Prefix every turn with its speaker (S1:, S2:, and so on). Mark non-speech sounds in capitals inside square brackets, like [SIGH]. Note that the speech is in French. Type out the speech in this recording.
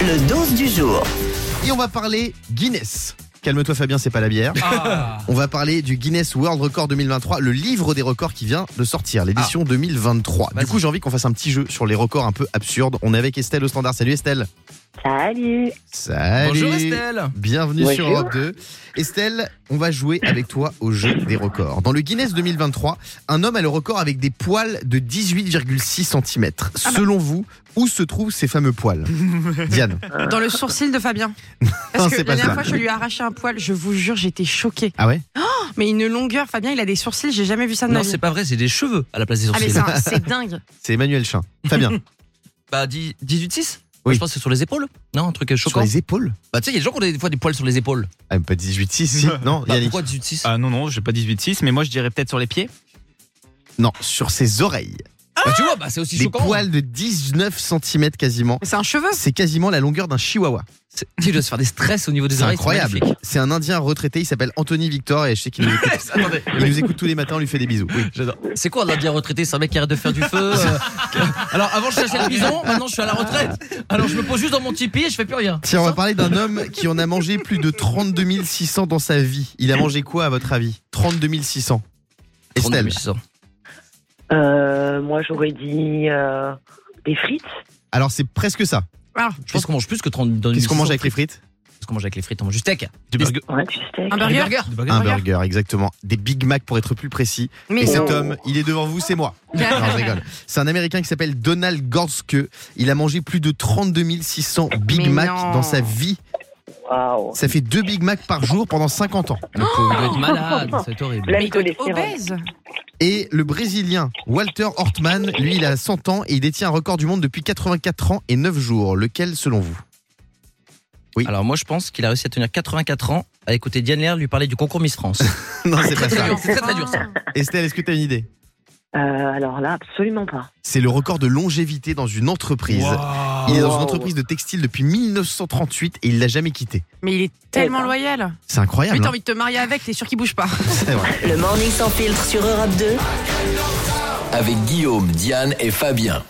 S1: Le 12 du jour.
S2: Et on va parler Guinness. Calme-toi Fabien, c'est pas la bière.
S3: Ah.
S4: Ah.
S2: On va parler du Guinness World Record 2023, le livre des records qui vient de sortir, l'édition
S3: Ah.
S2: 2023. Du coup, j'ai envie qu'on fasse un petit jeu sur les records un peu absurdes. On est avec Estelle au standard. Salut Estelle.
S5: Salut.
S2: Salut.
S3: Bonjour Estelle
S2: Bienvenue sur
S5: Bonjour.
S2: Europe 2. Estelle, on va jouer avec toi au jeu des records. Dans le Guinness 2023, un homme a le record avec des poils de 18,6 cm.
S3: Ah bah.
S2: Selon vous, où se trouvent ces
S3: [LAUGHS]
S2: fameux poils Diane.
S6: Dans le sourcil de Fabien.
S2: [LAUGHS] Non,
S6: Parce que
S2: c'est
S6: la
S2: pas
S6: dernière
S2: ça.
S6: fois, je lui ai arraché un poil. Je vous jure, j'étais choquée.
S2: Ah ouais
S6: Mais une longueur, Fabien, il a des sourcils. J'ai jamais vu ça de ma
S3: Non,
S6: vie.
S3: c'est pas vrai, c'est des cheveux à la place des
S6: Ah, mais
S3: sourcils.
S6: ça, c'est dingue.
S2: C'est Emmanuel Chin. Fabien,
S3: [LAUGHS] bah, dix- 18-6
S2: Oui.
S3: Je pense que c'est sur les épaules. Non, un truc
S2: sur
S3: choquant.
S2: les épaules
S3: Bah, tu sais, il y a des gens qui ont des fois des poils sur les épaules.
S2: Ah, mais pas 18,
S3: [LAUGHS]
S2: si, si. Non,
S3: Bah,
S2: Yannick.
S3: pourquoi 18-6
S4: Ah non, non, j'ai pas 18-6, mais moi je dirais peut-être sur les pieds.
S2: Non, sur ses oreilles.
S3: Bah, tu vois, bah, c'est aussi
S2: Des
S3: choquant.
S2: poils de 19 cm quasiment.
S6: Mais C'est un cheveu.
S2: C'est quasiment la longueur d'un chihuahua.
S3: C'est- Tu dois se faire des stress au niveau des
S2: C'est
S3: oreilles.
S2: incroyable.
S3: magnifique.
S2: C'est un Indien retraité, il s'appelle Anthony Victor et je
S3: [LAUGHS]
S2: sais qu'il nous, écoute-
S3: Attendez,
S2: il nous écoute tous les matins, on lui fait des bisous. Oui.
S3: j'adore. C'est quoi un indien retraité C'est un mec qui arrête de faire du feu euh, Alors, avant, je cherchais le bison, maintenant, je suis à la retraite. Alors, je me pose juste dans mon tipi et je fais plus rien.
S2: Tiens, on va parler d'un homme qui en a mangé plus de 32 600 dans sa vie. Il a mangé quoi à votre avis 32 600 Estelle,
S3: 32 600.
S5: Euh, moi, j'aurais dit euh, des frites.
S2: alors c'est presque ça.
S6: Ah,
S3: Je pense qu'on mange plus que 32
S2: Qu'est-ce qu'on mange
S3: 600.
S2: avec les frites
S3: Qu'est-ce qu'on mange avec les frites On mange du steak.
S4: Du
S3: Des-
S4: burger.
S5: Ouais, du steak.
S6: un burger.
S3: Des burgers.
S2: Un burger, exactement. Des Big Mac pour être plus précis. Et
S6: Mais
S2: cet homme, il est devant vous, c'est moi. Non, je rigole. C'est un Américain qui s'appelle Donald Gorske. Il a mangé plus de 32 600 Big
S6: Mais
S2: Mac
S6: non.
S2: dans sa vie.
S5: Waouh.
S2: Ça fait deux Big Mac par jour pendant 50 ans.
S3: Le pauvre, il doit être malade, c'est horrible.
S5: La
S6: mais il doit être
S5: cholestérol.
S6: obèse.
S2: Et le Brésilien Walter Hortman, lui, il a 100 ans et il détient un record du monde depuis 84 ans et 9 jours. Lequel, selon vous
S3: Alors moi je pense qu'il a réussi à tenir 84 ans à écouter Diane Lair lui parler du concours Miss France.
S2: [LAUGHS] Non, c'est pas
S3: très
S2: ça.
S3: dur. C'est très, très dur, ça.
S6: Enfin.
S2: [LAUGHS] Estelle, est-ce que tu as une idée
S5: Euh, alors là, absolument pas.
S2: C'est le record de longévité dans une entreprise. Il est dans une entreprise de textile depuis 1938 et il l'a jamais quitté.
S6: Mais il est tellement loyal.
S2: C'est
S6: Lui,
S2: incroyable.
S6: t'as
S2: hein
S6: envie de te marier avec, t'es sûr qu'il bouge pas.
S2: [LAUGHS] C'est vrai.
S1: Le morning sans filtre sur Europe 2.
S7: avec Guillaume, Diane et Fabien.